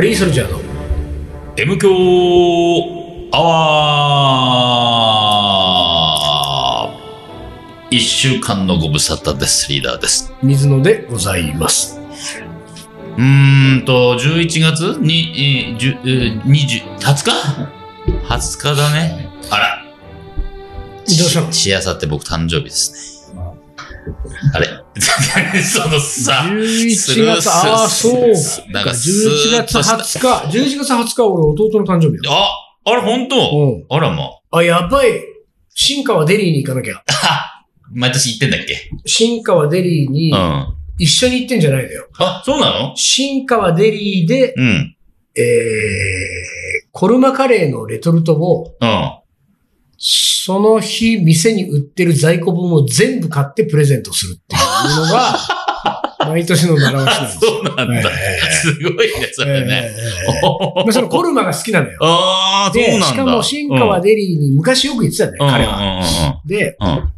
リーソルジャーの M 強アワー一週間のご無沙汰です、リーダーです。水野でございます。うーんと、11月に、えーじゅえー20、20日 ?20 日だね。あら。どうしたのししあさって僕誕生日ですね。あれ そのさ、スル11ー月、ああ、スそルうーか。なんかス11ーッ月とした20日、11月20日は俺弟の誕生日だ。あ、あれ本当うん。あらまあ。あ、やばい。新川デリーに行かなきゃ。あ毎年行ってんだっけ新川デリーにうん。あ、一緒に行ってんじゃないのよ。そうなの新川デリーで、うん。えー、コルマカレーのレトルトを、うん。その日店に売ってる在庫分を全部買ってプレゼントするっていうの が、毎年の習わしなんですよ。そうなんだ。えすごいね、それね。えー まあ、そのコルマが好きなのよ。ああ、そうで、なんだ。しかも新川デリーに昔よく行ってたね、うん、彼は。で、うん。うん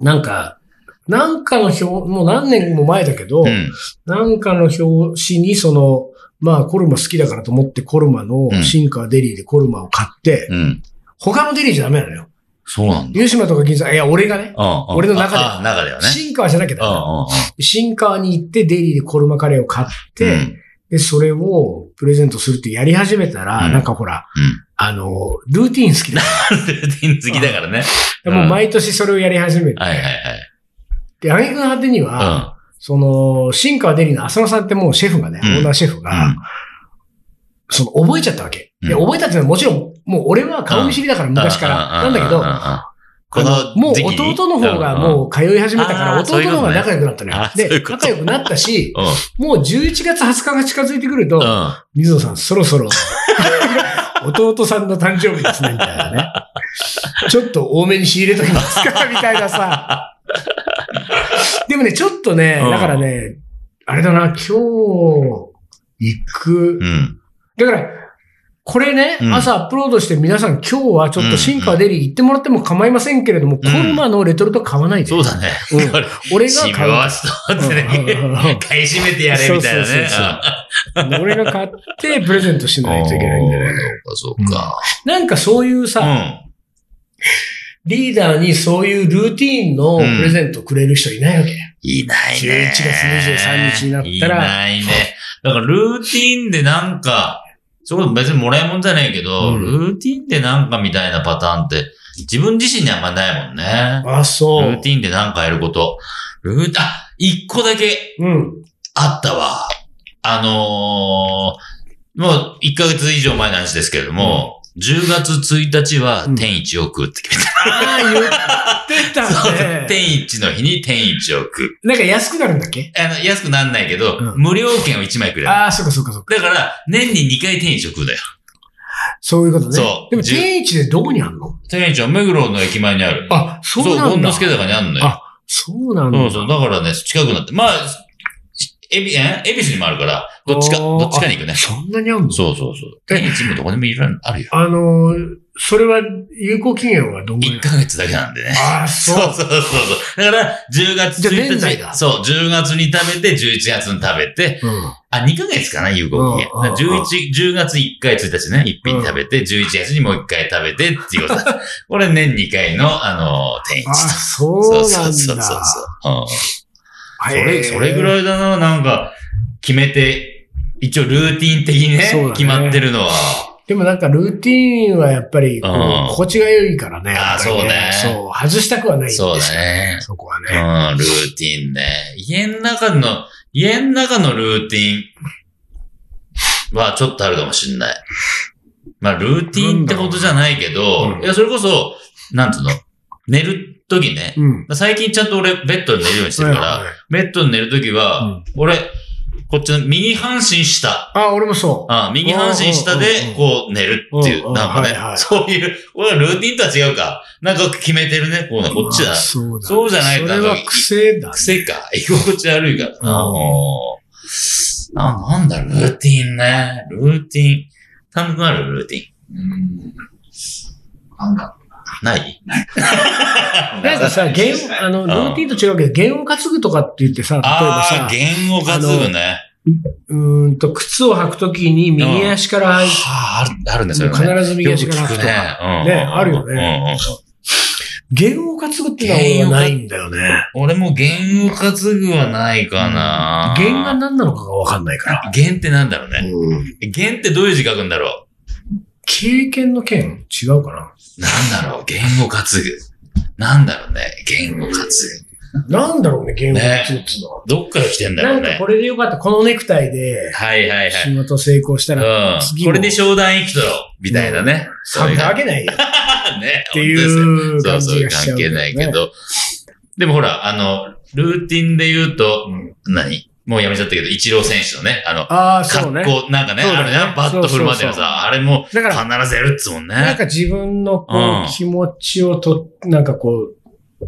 なんか、なんかの表、もう何年も前だけど、うん。うん。なんかの表紙にその、まあコルマ好きだからと思ってコルマのうん新川デリーでコルマを買って、うん。他のデリーじゃダメなのよ。そうなんだ。湯島とか銀座、いや、俺がね、うんうん俺の中でああ中ではね。新川じゃなきゃダうんメうなの。んうん。新川に行ってデリーでコルマカレーを買って、うん で、それをプレゼントするってやり始めたら、うんなんかほら、うん。あの、ルーティーン好きだルーティン好きだからね。でもう毎年それをやり始めて、はいはいで、挙句の果てには、はその、新川デリーの浅野さんってもうシェフがね、うんオーナーシェフが、うんその、覚えちゃったわけ。で、うん覚えたってのはもちろん、もう俺は顔見知りだから、い。昔から。なんだけど、けどあのもう弟の方がもう通い始めたかうんうら、ん弟の方が仲良くなったのよあ。ーそういで、うこと仲良くなったし、うん。うん。もう11月20日が近づいてくると、あ水野さん、そろ そろ、弟さんの誕生日ですね、みたいなね。ちょっと多めに仕入れときます から、みたいなさ。でもね、ちょっとね、うんだからね、あれだな、今日、行く。うん。だから、これね、うん朝アップロードして皆さん今日はちょっと新川デリー行ってもらっても構いませんけれども、うんコルマのレトルト買わないで。そうだね。うんこれ俺が渋買うわしと思ってうんうんうんうんね。買い占めてやれみたいなそうそうねそう。で俺が買ってプレゼントしうんないといけないんでね。そうか、なんかそういうさそう、か。リーダーにそういうルーティーンのプレゼントくれる人いないわけ。いないね。 11月23日になったらいないね。だからルーティンでなんか、そこ別にもらいもんじゃないけど、うんルーティンでなんかみたいなパターンって、自分自身にあんまないもんね。あ、そう。ルーティンでなんかやること。ルーあ、一個だけうん。あったわ。あのー、もう1ヶ月以上前の話ですけれども、10月1日は天一を食うって決めた。ああ、言ってたね。 天一の日に天一を食 う。なんか安くなるんだっけあの、安くなんないけど、うん無料券を1枚くれる。ああ、そうかそうかそうか。だから、年に2回天一を食うんだよ。そういうことね。そうでも、じゅ天一でどこにあんの天一は目黒の駅前にある。あ、そうなん権だ。之助坂にあるのあよ。そうなんだ。そうそう。だからね、近くなって。まあ、えび、え恵比寿にもあるから、どっちか、あーどっちかに行くね。そんなにあんのそうそうそう。天一もどこでもいる、あるよ。あのー、それは有効期限はどんぐらい1ヶ月だけなんでね。ああ、そうそう。そうそうそう。だから、10月じゃあ1年内だ日。そう、10月に食べて、11月に食べて、あ、2ヶ月かな、有効期限。うんうんうんだから11、10月1回1日ね、1品食べて、11月にもう1回食べてっていうこと だ。これ年2回の、あの、天一あ、と。そうなんだ。うんそへれ、えそれぐらいだな、なんか、決めて、一応ルーティン的にね、そうだね決まってるのは。でもなんかルーティーンはやっぱりこううん心地が良いからね。やっぱりそうねそう、外したくはないんですよそうだね。そこはうね。ん、ルーティンね。家の中の、家の中のルーティンはちょっとあるかもしんない。まあ、ルーティンってことじゃないけどう、んいや、それこそ、なんつうの、寝るときね。うん。最近ちゃんと俺、ベッドに寝るようにしてるから、ベッドに寝るときうはん、俺、こっちの右半身下、あ、俺もそああ右半身下うんうんうんうでん、こう寝るっていうんう、うんなんかはいはね、いそういう、これはルーティンとは違うか。なんか決めてるね、こうな、う。こっちあだ。そうだ。そうじゃないとそれは癖だ。癖か。居心地悪いからな。うんもうな、なんだ、ルーティンね。ルーティン。単独あるルーティン。なんか、ないなんか さ、ゲーム、あの、ルーティーンと違うけど、ゲームを担ぐとかって言ってさ、例えばあさあ、、言語担ぐね。うーんと、靴を履くときに右足から履いはあ、あるんですて、よね。必ず右足から履くとか。ねねあるよね。言語担ぐっていうのは俺はないんだよね。うんうん俺も弦を担ぐはないかな。弦が何なのかがわかんないから。弦ってなんだろうね。うん弦ってどういう字書くんだろ経験の件違うかうなんだろう弦を担ぐ。なんだろうね弦を担ぐ。ななんだろうね、言語担ぐっていうのは。どっから来てんだなろうんかねこ。れでよかった。このネクタイではいはいはい。仕事成功したら、う次ん。もこれで商談行くとろみたいなね。そんなわけないよっあね。て本当ですよいうそ感うそじう、がしちゃ関うけ係どね、ないけど。でもほら、あの、ルーティンで言うと、何もうやめちゃったけど、イチロー選手のね、あの、ああ、そう格ね。好、なんかね、そうあだるねじゃんバット振るそまでのうそうそうさ、あれもだから、必ずやるっつもんなんね。か自分のこうんう気持ちをと、なんかこう、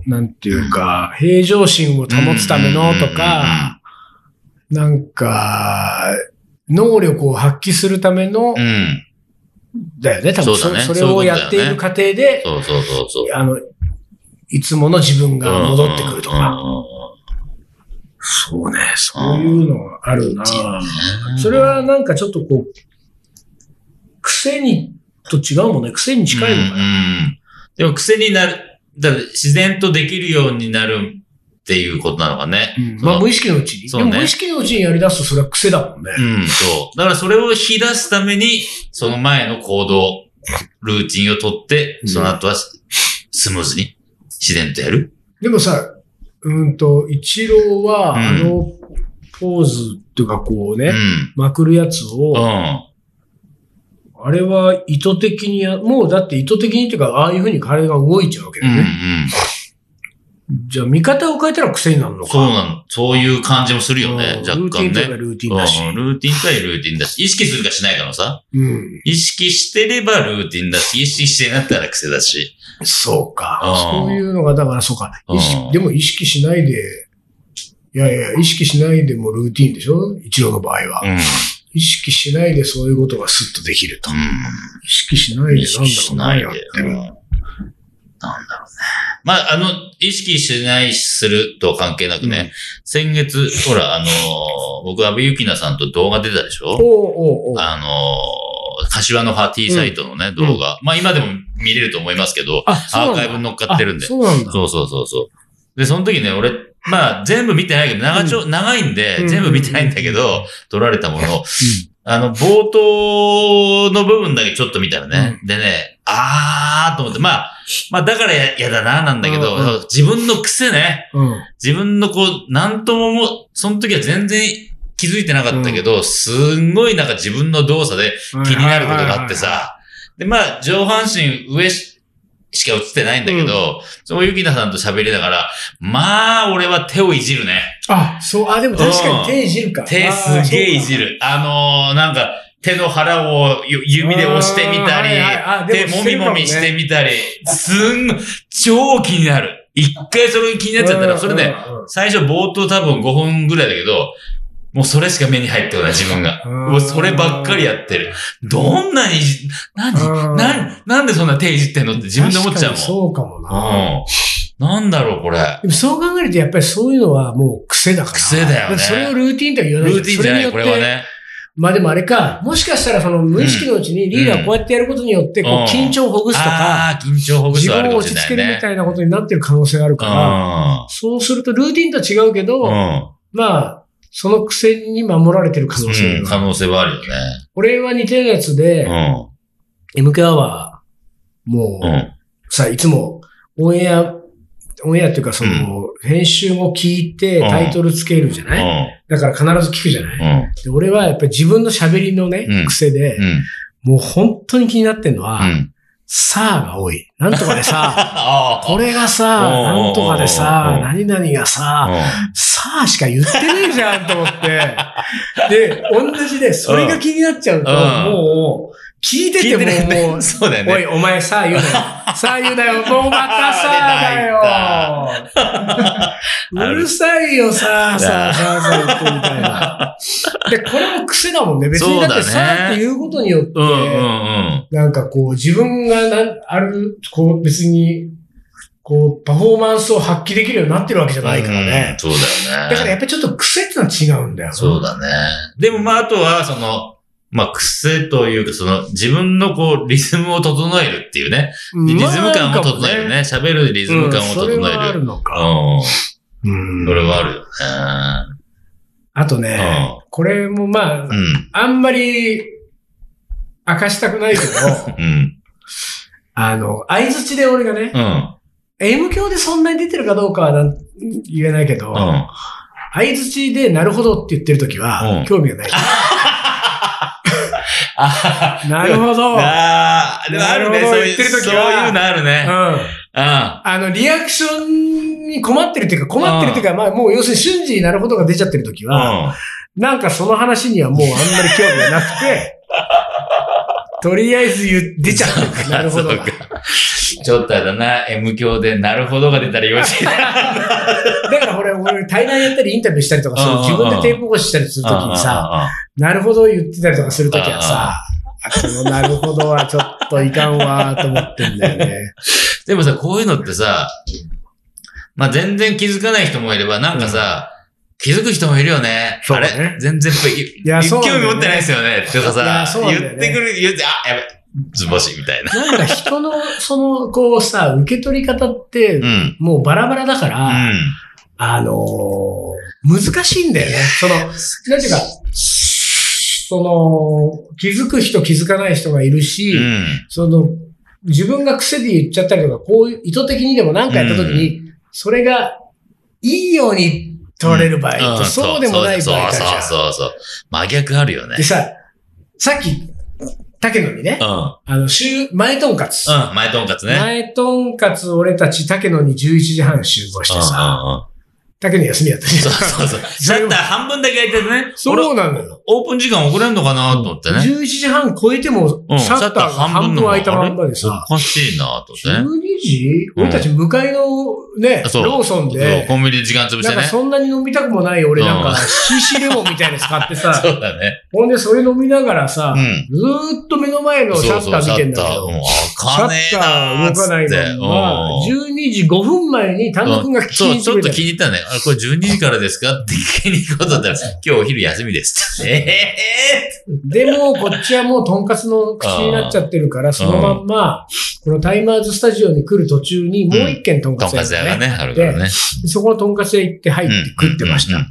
なんていうか、平常心を保つためのとか、なんか、能力を発揮するためのう、ん。だよね、多分そうだねそそれそういうこをとだよねやっている過程で、そうそうそうそう。あの、いつもの自分が戻ってくるとか。か。そうね、そういうのがあるなそれはなんかちょっとこう、癖に、と違うもんね。癖に近いのかうな。んうんでも癖になる、だから自然とできるようになるっていうことなのかね。うんそのまあ無意識のうちに。そうでねも無意識のうちにやり出すとそれは癖だもんね。うん、そう。だからそれを引き出すために、その前の行動、ルーティンをとって、うんその後はススムーズに、自然とやる。でもさ、うんと、一郎うんは、あの、ポーズっていうかこううね、ん。まくるやつうを、ん。あれは意図的にや、もうだって意図的にっていうか、ああいうふうに体が動いちゃうわけうだん、ようね。ん。じゃあ見方を変えたら癖になるのか。そうなの。そういう感じもするようん、ね若ルーティ干ンといえばね。ルーテうィンだし。ん、ルーティン対ルーティンだし、意識するかしないかのさ、うん。意識してればルーティンだし、意識してなかったら癖だし。そうか。うんそういうのが、だからそうか。意うん識でも意識しないで、いやいや、意識しないでもルーティンでしょ一郎の場合は。うん。意識しないでそういうことがスッとできると。意識しなういん。で意識しななんいだで。ろううなやってんなんだろうね。まあ、あの、意識しないするとは関係なくね、先月、ほら、あのー 僕、安倍ゆきなさんと動画出たでしおうょおうおうあのー柏のハーティーサイトのね、動画。まあ今でも見れると思いますけど、あ、そうアなーんカイだ。ブに乗っかってるんで。あそそうなんだ。うそうそうそう。で、その時ね、俺、まあ全部見てないけど、長丁長いんで、うん全部見てないんだけど、撮られたものを、あの、冒頭の部分だけちょっと見たらね、でね、あーと思って、まあ、まあだからややだな、なんだけど、うん自分の癖ね、うん。うん自分のこう、なんともも、その時は全然気づいてなかったけど、すんごいなんか自分の動作で気になることがあって。さ、で、まあ、上半身上ししか映ってないんだけど、そのゆきなさんと喋りながら、まあ、俺は手をいじるね。あ、そう、あ、でも確かに手いじるか。手すげえいじる。る。あのー、なんか、手の腹をゆ指で押してみたり、り手もみもみしてみたり、すんごい、超気になる。一回それが気になっちゃったら、それね、。最初冒頭多分5分ぐらいだけど、もうそれしか目に入ってこない自分が。うんうわそればっかりやってる。。どんなにいじ、何うんなん、なんでそんな手いじってんのって自分で思っちゃう確かにもそうかもな。ん。うん。なんだろう、これ。でもそう考えると、やっぱりそういうのはもう癖だから。癖だよねってそれをルーティンとは言わないルーティンじゃない、そこれによはってね。まあでもあれか、もしかしたらその無意識のうちにリーダーこうやってやることによって、こううん緊張をほぐすとか、ああー、緊張ほぐ自すはある分かをも落ちしれな着いけるみね。たいなことになってる可能性があるから、そうするとルーティンとは違うけど、うまあ、その癖に守られてる可能ん。う性ん。があ可る。能性はあるよね。俺は似てるやつうで、ん。 MK アワー、もうう、ん。さ、いつもオンエア、オンエアっていうかその、編集も聞いてうんタイトルつけるじゃない、だから必ず聞くじゃない、うん。で俺はやっぱり自分の喋りのね、うん癖で、うん。もう本当に気になってんのは、うん。さあが多い。なんとかで さ、ああ。これがさ、うんなんとかでうさん、何々がさ、うさあしか言ってねえじゃんと思って。で、同じで、それが気になっちゃうと、うんもう、聞いん。て聞ていてないももうね。、 そうだよね。おい、お前さあ言う なよ。さあ言うなよ。もうまたさあだよ。うるさいよ、 さあ、さあ、さあ、さあ言ってみたいな。で、これも癖だもんね。別にだってそうださねあって言うことによって、うんうんうん。なんかこう、自分がなん、ある、こう、別に、こう、パフォーマンスを発揮できるようになってるわけじゃないからね。そうだよね。だからやっぱりちょっと癖ってのは違うんだよ。そうだね。でもまあ、あとは、その、まあ、癖というか、その、自分のこう、リズムを整えるっていうね。うん。リズまあム感を整えるなんかね。喋、るリズム感を整える。うんそれはあるのか。ううんん。それはあるよあとね、これもまあ、ね。あんまり明かしたくないけ ど、うん。うん。あの、相づちで俺がね、うん。 M 教でそんなに出てるかどうかはなん言えないけど、うん。相づちでなるほどって言ってるときは、うん興味がない。 あなるほ ど。うん。あー、でもあるね。なるほそどうい言う、ってる時そうはいうのあるね。うん。あの、リアクションに困ってるっていうか、困ってるっていうか、まあもう要するに瞬時になるほどが出ちゃってるときは、なんかその話にはもうあんまり興味がなく て、とりあえず言う出ちゃってる。なるほど そうが。かちょっとあれだな、M 教で、なるほどが出たらよろしい な。だから俺、俺、対談やったりインタビューしたりとか、その自分でテープ越ししたりするときにさ、なるほど言ってたりとかするときはさ、このなるほどはちょっといかんわーと思ってんだよ ね。でもさ、こういうのってさ、まあ全然気づかない人もいれば、なんかさ、気づく人もいるよね。そうあねれ 全然いやそうなんだよ興ね味持ってないですよね。とかいやさ、そうなんだよね言ってくる、言って、あ、やべ、ズボシみたいな。なんか人の、その、こうさ、受け取り方ってう、ん。もうバラバラだかうら、ん。あのー難しいんだよね。その、なんていうか、その、気づく人気づかない人がいるし、うん。その、自分が癖で言っちゃったりとか、こういう意図的にでも何かやった時に、それがいいように取れる場合と、うんそうでもない場合かじゃんそうそうそうそう。真逆あるよねで。さ、さっき、竹野にねう、ん。あの、週、前とんかつ。うん、前とんかつね。前とんかつ俺たち竹野に11時半集合してさ、うんうんうん竹野休みやったじそゃ。うんそ うそう。だったら半分だけ空いててね。そう俺なのよ。オープン時間遅れんのかなと思ってね。 11時半超えてもう、んシャッターが半分開いたまんまでさ、おかしいなと思ってね。 12時うん俺たち向かいのね、そうローソンそう、で、コンビニで時間潰しなんてかね。そんなに飲みたくもない俺なんうかん CC レモンみたいなの使ってさ、そうだね。ほんでそれ飲みながらさう、ん。ずーっと目の前のシャそうッそタう、ーシャ見てんッタだけー。ど、もうシャ開かねッえタなーー動つかないって。のが、うん12時5分前に単独君が聞きそう、にち来ょてっとくれ気に入ったね。あ、これ12時からですかって聞きに行こうと思ったら、今日お昼休みですって。えでも、こっちはもうとんかつの口になっちゃってるから、そのまんま、このタイマーズスタジオに来る途中に、もう一軒とんーかとんつ屋かつ屋ががね、ね、あるからね。そこのとんかつ屋行って入っうんて食ってましうた。んうん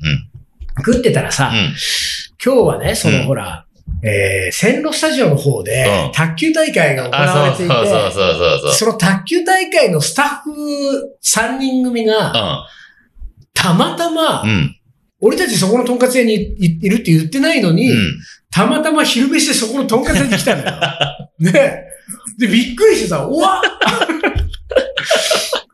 食ってたらさう、ん。今日はね、そうのんほら、えー、線路スタジオの方うでん、卓球大会が行われあ、てそいうて、そうそうそうそう。その卓球大会のスタッフ3人組うが、んたまたま、うん。俺たちそこのとんかつ屋にいいるって言ってないのに、うん。たまたま昼飯でそこのとんかつ屋に来 たのよ。ねで、びっく りしてさ、うわ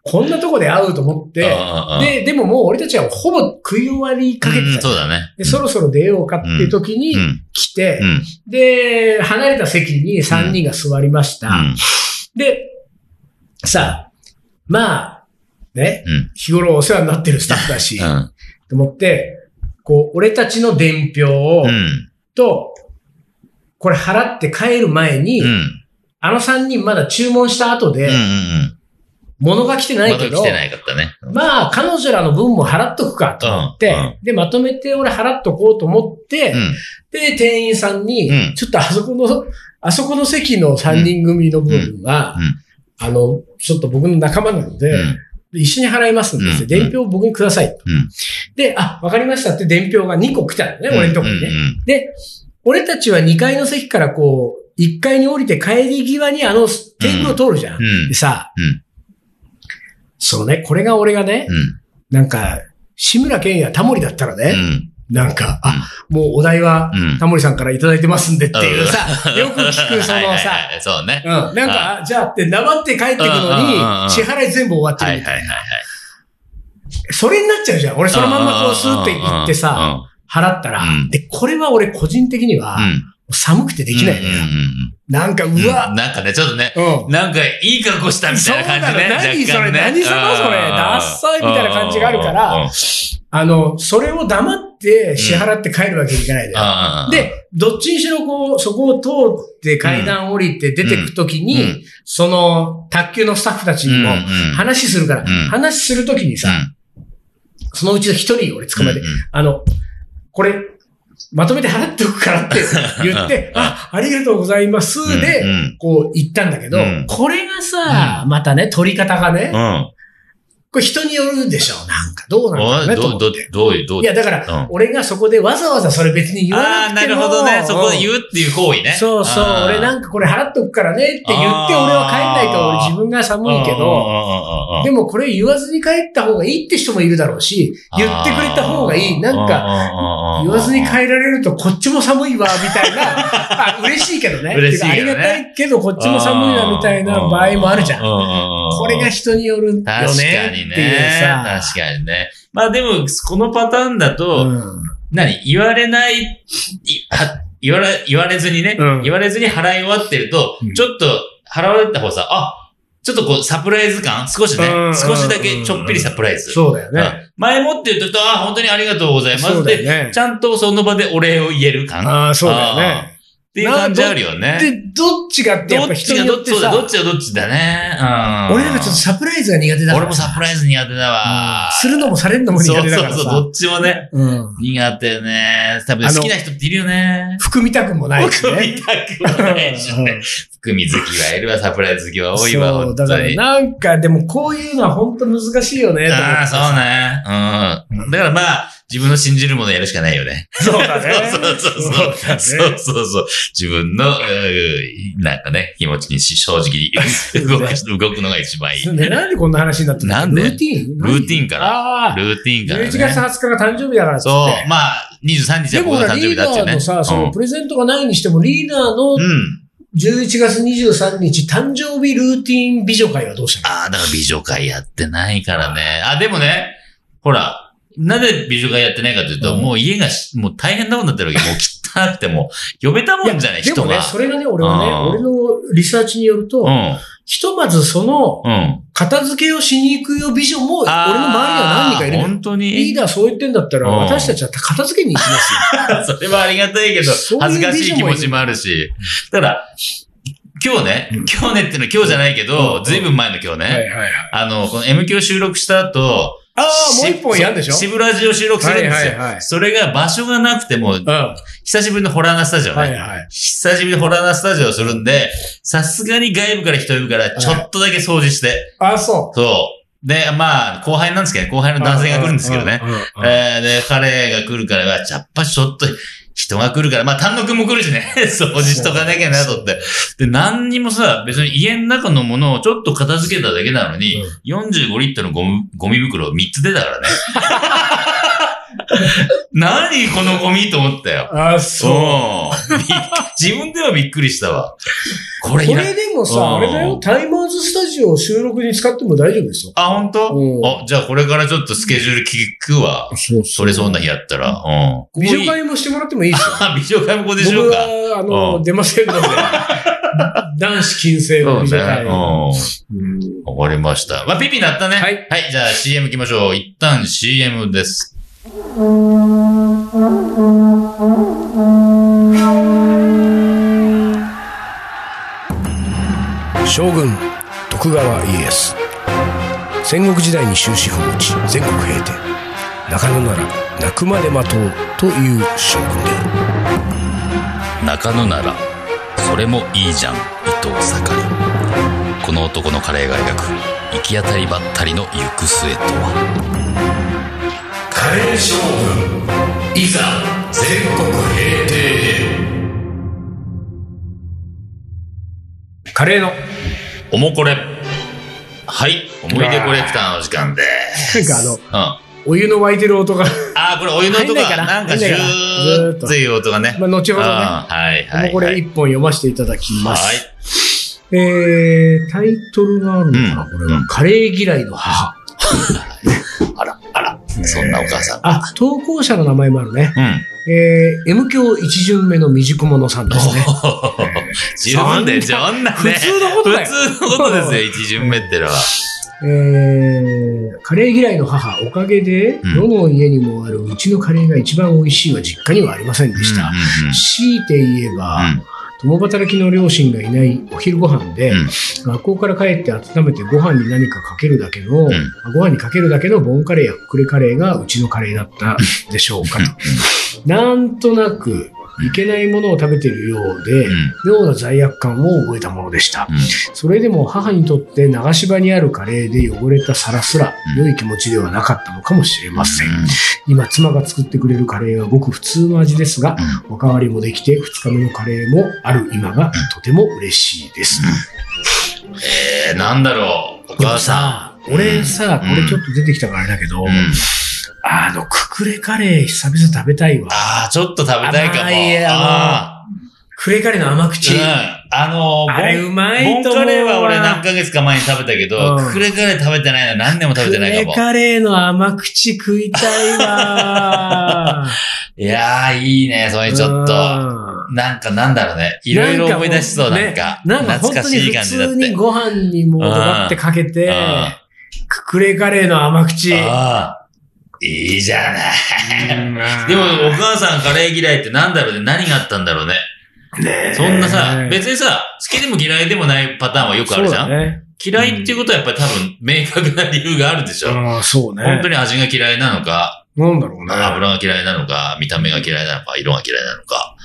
こんなとこで会うと思っうんて、うんうんで、でももう俺たちはほぼ食い終わりかけうてんた。そうだね。で、そろそろ出ようかっていう時うにん。来てう、ん。で、離れた席に3人が座りました。うんで、さあ、まあ、ね、うん日頃お世話になってるスタッフだし、うとん。思って、こう、俺たちの伝票を、うん。と、これ払って帰る前に、うん。あの3人まだ注文した後で、うんうん。物が来てなまいだけ来ど、てないかったね。うんまあ、彼女らの分も払っとくかと思って、うんで、まとめて俺払っとこうと思って、うん。で、店員さんに、うんちょっとあそこの、あそこの席の3人組の部分は、うんうんあの、ちょっと僕の仲間なので、うん一緒に払いますんで、うん伝票を僕にくださいと。うんで、あ、わかりましたって伝票が2個来たのね、俺のとこにね。うんで、俺たちは2階の席からこう、1階に降りて帰り際にあのテーブルを通るじゃん。うんうんでさ、うんそうね、これが俺がね、うんなんか、志村けんやタモリだったらうんね、なんか、うんあ、もうお題はうんタモリさんからいただいてますんでっていうさ、うんよく聞くそはいはのいさ、はいそうねう。ん、なんか、あじゃあって黙って帰ってくのにうんうんうんう、ん支払い全部終わってはるいみはいたはいいな。はい。それになっちゃうじゃん。俺そのまんまこうスーって行ってさ、払ったらう。んで、これは俺個人的にはうん、うん、うん寒くてできないのよ。なんか、ううんうんうんわ、なんかね、ちょっとね、うん。なんかいい格好したみたいな感じね。そうなの何それ若干ね何様それうんダッサいみたいな感じがあるからうんうんうんあの、それを黙って支払って帰るわけにいかないで。あー、で、どっちにしろこう、そこを通って階段降りて出てくときに、うんその、卓球のスタッフたちにもうんうん話するから、ん話するときにさ、そのうちの一人俺捕まえて、うんうんあの、これ、まとめて払っておくからって 言って、ああ、ありがとうございますで、うんうんこう言ったんだけど、うんこれがさ、またね、取り方がね、うん。これ人によるでしょう。なんか、どうなんおだろいうね、とどう、思どっうて。、どういう、どういや、だから、うん俺がそこでわざわざそれ別に言あわあなくー、なてるもほどね。そこで言ううっていう行為ねん。そうそう、あー俺なんかこれ払っとくからねって言って、俺は帰んないと俺自分が寒いけど、どでもこれ言わずに帰った方がいいって人もいるだろうし、言ってくれた方がいい。なんか、か言わずに帰られるとこっちも寒いわ、みたい な。あ嬉しいけどね。嬉しいよねありがたいけどこっちも寒いわ、みたいな場合もあるじゃん。んこれが人によるよね。確かにっていうね。さ。確かにね。まあでも、このパターンだと、うん何言われない、いは言われ、言われずにね、うん言われずに払い終わってると、うんちょっと払われた方さ、あ、ちょっとこうサプライズ感少しね、うん少しだけちょっぴりサプライズ。そうだよね。うん前もって言うと、あ、本当にありがとうございまそすうっだて、よねち。ゃんとその場でお礼を言える感っああ、そうだよあね。ていう感じあるよね。で、どっちがってやっどぱっ人ちにがよどっっちてさ、だ、どっちがどっちだね。うん俺なんかちょっとサプライズが苦手だから。俺もサプライズ苦手だわ。するのもされるのも苦手だからそうそうそう、さ。どっちもね。うん苦手ね。多分あの好きな人っているよね。含みたくも ないし僕ね。みたくもないしね。含み好きはいるわ、サプライズ好きは多いわ、そう本当だからに。なんか、でもこういうのは本当難しいよね、と思ってああ、そうね。うん。だからまあ、自分の信じるものをやるしかないよね。そうだ そうそうそう。そうそうそうそう。自分の、うんなんかね、気持ちにし正直に動く動くのが一番いい。でなんでこんな話になったのなんでルーティーンルーティンからああ。ルーティンから11月ね。 20日が誕生日だからっつって。そう。まあ、23日ではも僕のほら、誕生リ日ーだダってーね。のさ、そのプレゼントがないにしても、リーダーのうんうん。 11月23日誕生日ルーティン美女会はどうしたああ、だから美女会やってないからね。あ、でもね、ほら、なぜ美女会やってないかというと、うんももう家がし、もう大変なことになってるわけ。もう汚くても、呼べたものんじゃない、で人もねが、。それがね、俺はね、俺うのリサーチによるとう、ん。ひとまずその、うん。片付けをしに行くよ美女も、俺の周りには何人かいるあーのよ。本当に。リーダーそう言ってんだったら、うん私たちは片付けに行きますよ。それはありがたいけどそう、いう恥ずかしい気持ちもあるし。ただ、今日ね、今日ねっていうのは今日じゃないけうどん、ずいぶん前の今日 ね、はいはい。あの、この M 響収録した後、ああ、もう一本やんでしょシブラジを収録するんですよ。はいはいはいそれが場所がなくてもうう、ん。は久しぶりのホラーなスタジオいね。はい。久しぶりにホラーなスタジオをするんで、さすがに外部から人呼ぶから、ちょっとだけ掃除して、あ、そそう。で、まあ、後輩なんですけどね、後輩う。の男性が来るんですけどねう。ん。うんうんえーで、彼が来るから、やっぱちょっと人が来るから、まあ、丹野くんも来るしね、 掃除しとかなきゃなとって。で、何にもさ、別に家の中のものをちょっと片付けただけなのに、45リットルのゴミゴミ袋3つ出 たからね。 何このゴミと思ったよ。あ、そう。そう。びっくり自分ではびっくりしたわ。これいこられでもうさ、んあれだよ、タイマーズスタジオを収録に使っても大丈夫ですよ。あ、本うん当？あ、じゃあこれからちょっとスケジュール聞くわ。そうそれそうな日やったら。うん。美女ここいい会もしてもらってもいいですよ。 あ、美女会もここでしよ僕うか。は、あうの、ん出ませんので。 男子禁制そうのね美。う女会。うん。んわかりました。まあ、ピピなったね。はい。じゃあ CM 行きましょう。一旦 CM です。将軍徳川家康戦国時代に終止符を打ち全国平定中野なら泣くまで待とうという将軍である中野なら、それもいいじゃん。伊藤盛り。この男のカレーが描く、行き当たりばったりの行く末とはカレー将軍いざ全国平定カレーの、おもこれ。はい。思い出コレクターの時間でなんかあす。の、うん。あお湯の沸いてる音が、 あー、これお湯の音入んないかが、ななんかジ入んュないかなずーっーとっていう音がね。まあ、後うんほどね、はいはいもはうい。これ一本読ませていただきまはいす。。えー、タイトルがあるのかな、うんこれは。うんカレー嫌いの母。あら、あら、そんなお母さん。あ、投稿者の名前もあるね。うん。 えー、M 教一巡目の未熟者さんですね。おー十分で、そんなね。普通のことだよ普通のことですよ、一巡目ってのは。えー、カレー嫌いの母、おかげで、うんどの家にもあるうちのカレーが一番美味しいは実家にはありませんでした。強いて言えば、うん共働きの両親がいないお昼ご飯で、うん学校から帰って温めてご飯に何かかけるだけの、んご飯にかけるだけのボンカレーやクレカレーがうちのカレーだったでしょうかと。なんとなく、いけないものを食べているようで、妙な罪悪感を覚えたものでした。それでも母にとって流し場にあるカレーで汚れた皿すらうん良い気持ちではなかったのかもしれません。今妻が作ってくれるカレーはごく普通の味ですが、おかわりもできて2日目のカレーもある今がとても嬉しいです。えー、なんだろう、お母さん。俺さ、うんこれちょっと出てきたからあれだけど、ん。うんあの、ククレカレー久々食べたいわ。ああ、ちょっと食べたいかも。甘いああクレカレーの甘口ーうん。あのあれー、ボンうまボいンと思うわ。カレーは俺何ヶ月か前に食べたけど、うんクレカレー食べてないの何年も食べてないかもクレ。カレーの甘口食いたい わ。いやー、いいね、それちょっと。うんなんかなんだろうね。いろいろ思い出しそう、なんか。なんか本懐当かにしい感普じだっ通て。にご飯にもうドバってかけてうんうん、ククレカレーの甘口。ああ。いいじゃない。ででも、お母さんカレー嫌いってなんだろうね。何があったんだろうね。そんなさ、別にさ、好きでも嫌いでもないパターンはよくあるじゃん、ん嫌いっていうことはやっぱり多分明確な理由があるでしょ、そうね。本当に味が嫌いなのか、なんだろうね。油が嫌いなのか、見た目が嫌いなのか、色が嫌いなのか、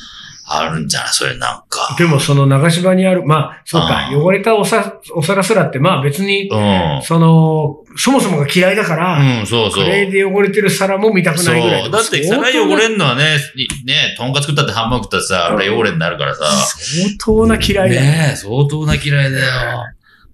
あるんじゃないそれなんか。でもその流し場にある、まあ、そうかあ、ー汚れたおさお皿すらって、まあ別に、うその、そもそもが嫌いだから、ん。うん、そうそカう。レーで汚れてる皿も見たくないぐらい。そう。だって、相当な皿汚れんのはね、いね、とんかつ食ったってハンバーグ食ったってさ、あれ汚れになるからさ。相当な嫌いだよ。ねえ、相当な嫌いだよ。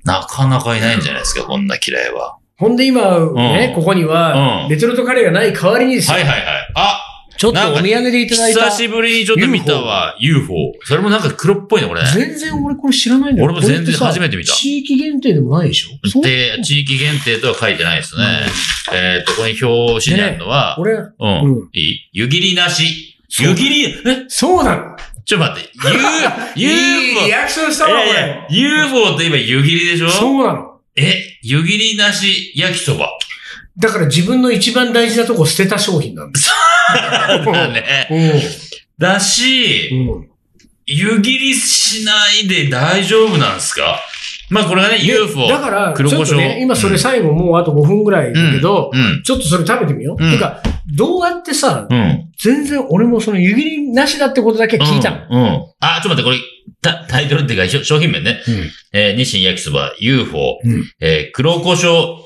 なかなかいないんじゃないですか、こんな嫌いは。ほんで今、ね、ここにうはん、レトルトカレーがない代わりにですよはいはいはい。あ、ちょっとお土産でいただいた。久しぶりにちょっと見たわ、UFO。それもなんか黒っぽいね、これね。全然俺これ知らないんだよ。俺も全然初めて見たこれってさ地域限定でもないでしょそうで、地域限定とは書いてないですね。えっと、ここに表紙にあるのは、俺、ううんん。いい湯切りなし。そう湯切り、えそうなのちょっと 待って。ゆいい UFO リ。アクションしたわ、いやいや俺。 UFO といえば湯切りでしょそうなの。え、湯切りなし焼き そば。だから自分の一番大事なとこ捨てた商品なんだ。だね。うだし、ん。うん。湯切りしないで大丈夫なんですかまあこれがね、UFO。だから、ち黒胡ょ椒っとね、今それ最後もうあと5分ぐらいだけど、うん。ちょっとそれ食べてみよう。うんてか、どうやってさ、うん。全然俺もその湯切りなしだってことだけ聞いたの。うん。うんあ、ちょっと待って、これ、タタイトルっていうかしょ、商品名ね。えー日清焼きそば、UFO、うんえー黒胡椒、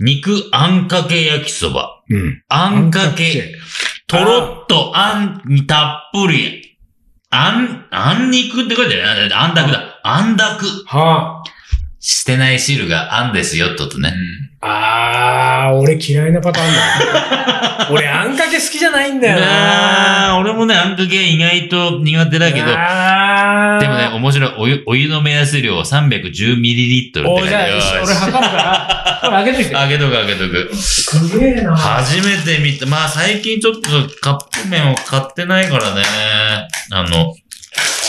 肉あんかけ焼きそば。うん。うん。あんかけ、あとんかけろっとあんにたっぷり。あん、あん肉って書いてある。あんだくだ。あんだく。は捨てない汁があんですよ、ってことね。あ。あー、俺嫌いなパターンだな。 俺、あんかけ好きじゃないんだよな。あー俺もね、あんかけ意外と苦手だけど、あーでもね、面白い。お湯、お湯の目安量 310ml って書いてあるよおじゃあ、よし俺測るから、これ開けといて。あげとくあげとく。すげえな。初めて見た。まあ最近ちょっとカップ麺を買ってないからね。あの、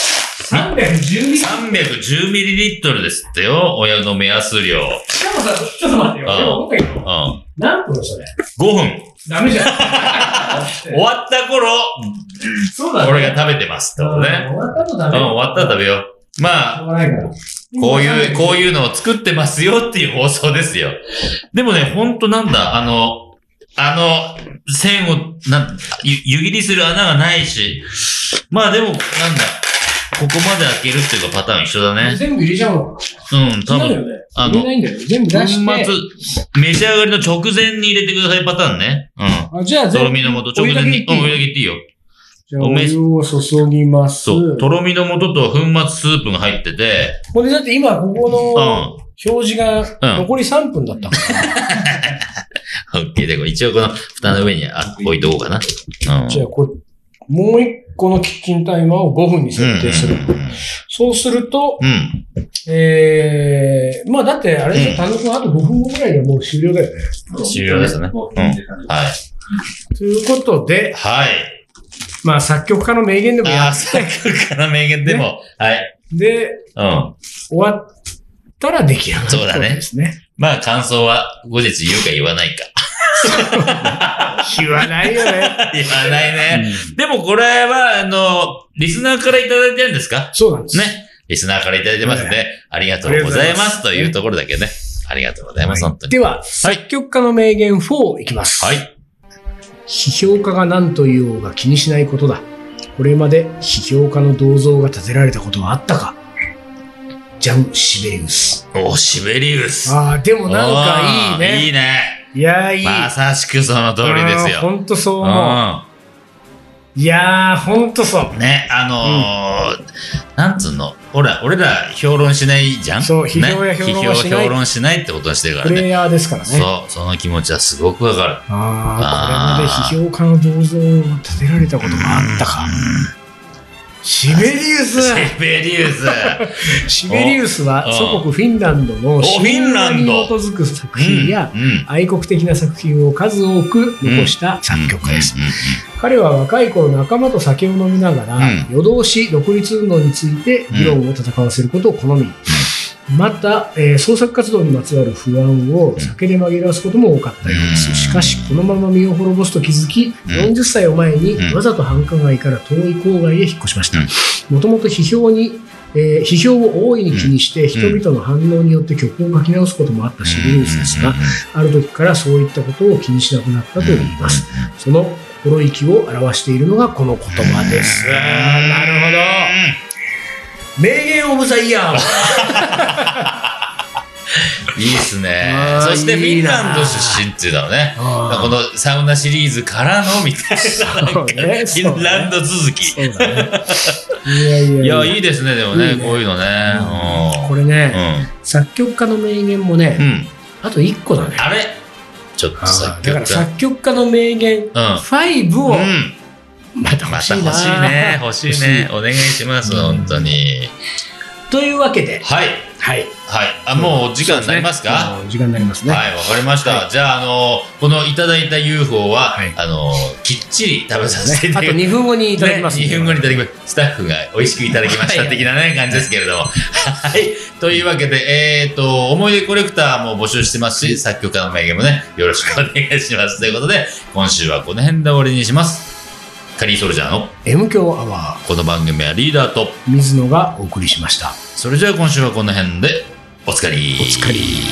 312? しか 310ml ですってよ、親の目安量。もさ、ちょっと待ってあよ。でも今回うん。5何分それ分。ダ メじゃん。終わった頃、そうだね。俺が食べてますってことね。終わったとうダん、メ。終わったらダメ。食べよう。まあしょ、うがないから。こういう、う。こういうのを作ってますよっていう放送ですよ。でもね、ほんとなんだ、あの、あの、線を、なん、ゆ湯切りする穴がないし、まあでも、なんだ、ここまで開けるっていうかパターン一緒だね。全部入れちゃおうのか。うん、多そうだ分。よね。あの入れないんだよね。全部出粉して。末、召し上がりの直前に入れてくださいパターンね。うん。あじ ゃあ、とろ全部みの素直前に、うん、お湯だけいっていいよ。じゃあ、おおめ湯を注ぎます。そう。とろみの素と粉末スープが入ってて、これだって今、こうこん。の表示がうん残り3分だったから。オッケーで、これ一応この蓋の上にあ置いとこうかな。うん。じゃあ、こう、もう一個のキッチンタイマーを5分に設定する。うんうんうんうんそうすると、うん。ええまあだって、あれうんで、単独はあと5分後ぐらいでもう終了だよね。終了ですね。うん。はい。ということで、はい。まあ作曲家の名言でもあやあ、さっきから名言でも、はい。で、うん。終わったら出来上がるそうだねですね。まあ感想は後日言うか言わないか。 言わないよ ね。言わないね。でもこれは、あの、リスナーからいただいてるんですかそうなんです。ね。リスナーからいただいてますんで、ありがとうございますというところだけね。ありがとうございます、本当に。では、作曲家の名言4いきます。はい。批評家が何と言おうが気にしないことだ。これまで批評家の銅像が建てられたことはあったかジャム・シベリウス。お、シベリウス。ああ、でもなんかいいおーいね。いね。いやー、いい。まさしくその通りですよ。本当そうう思う。ん。いやー、本当そう。ね、あのーなんつうの、ほら、俺ら評論しないじゃんそう批評やね評論はしない批評評論しないってことにしてるかプらレね。イヤーですからね。そう、その気持ちはすごくわかる。ああ、これまで批評家の銅像を建てられたことがあったか。シベリウス シベリウス。シベリウスはうん祖国フィンランドのおフィンランド神話に基づく作うん品やうん愛国的な作品を数多く残した作曲家です。うんうんうん彼は若い頃仲間と酒を飲みながら、うん夜通し独立運動について議論を戦わせることを好み、また、えー創作活動にまつわる不安を酒で紛らわすことも多かったようでうすんしかしこのまま身を滅ぼすと気づき、うん40歳を前にうんわざと繁華街から遠い郊外へ引っ越しましたうんもともと批評にえー批評を大いに気にして人々の反応によって曲を書き直すこともあったシリウスですがある時からそういったことを気にしなくなったといいますその心意気を表しているのがこの言葉です。なるほど。名言オブザイ ヤー。ど。いいっすねあ。ーそしてフいィいンなランド出身っていうのはね。こあのサウナシリーズからのみたいな、なんかそうねフィンランド続き。そうだね。いやいやいいやや、。いいですね、でもいね、いねこういうのね。うんこれね、う作曲家の名言もん。うね、ん。あと1個だね。あれちょっとさあっーきだか言っらた。作曲家の名言5をうん。またま欲したい欲な。しいね。欲しいね。お願いします、うん本当に。というわけで、はい。はい。はい。あ、もう時間になりますかもう時間になりますね。はい、わかりました。じゃあ、あの、このいただいた UFO ははい、あの、きっちり食べさせていたあだときます。 2分後にいただきます。ね2分後にいただきます。スタッフが美味しくいただきましはたい的なね、感じですけれども。はい。というわけで、えっと、思い出コレクターも募集してますし、作曲家の名言もね、よろしくお願いします。ということで、今週はこの辺で終わりにします。カリーソルジャーの M 強アワこの番組はリーダーと、ー、水野がお送りしました。それじゃあ今週はこの辺で、おつかり。おつかり。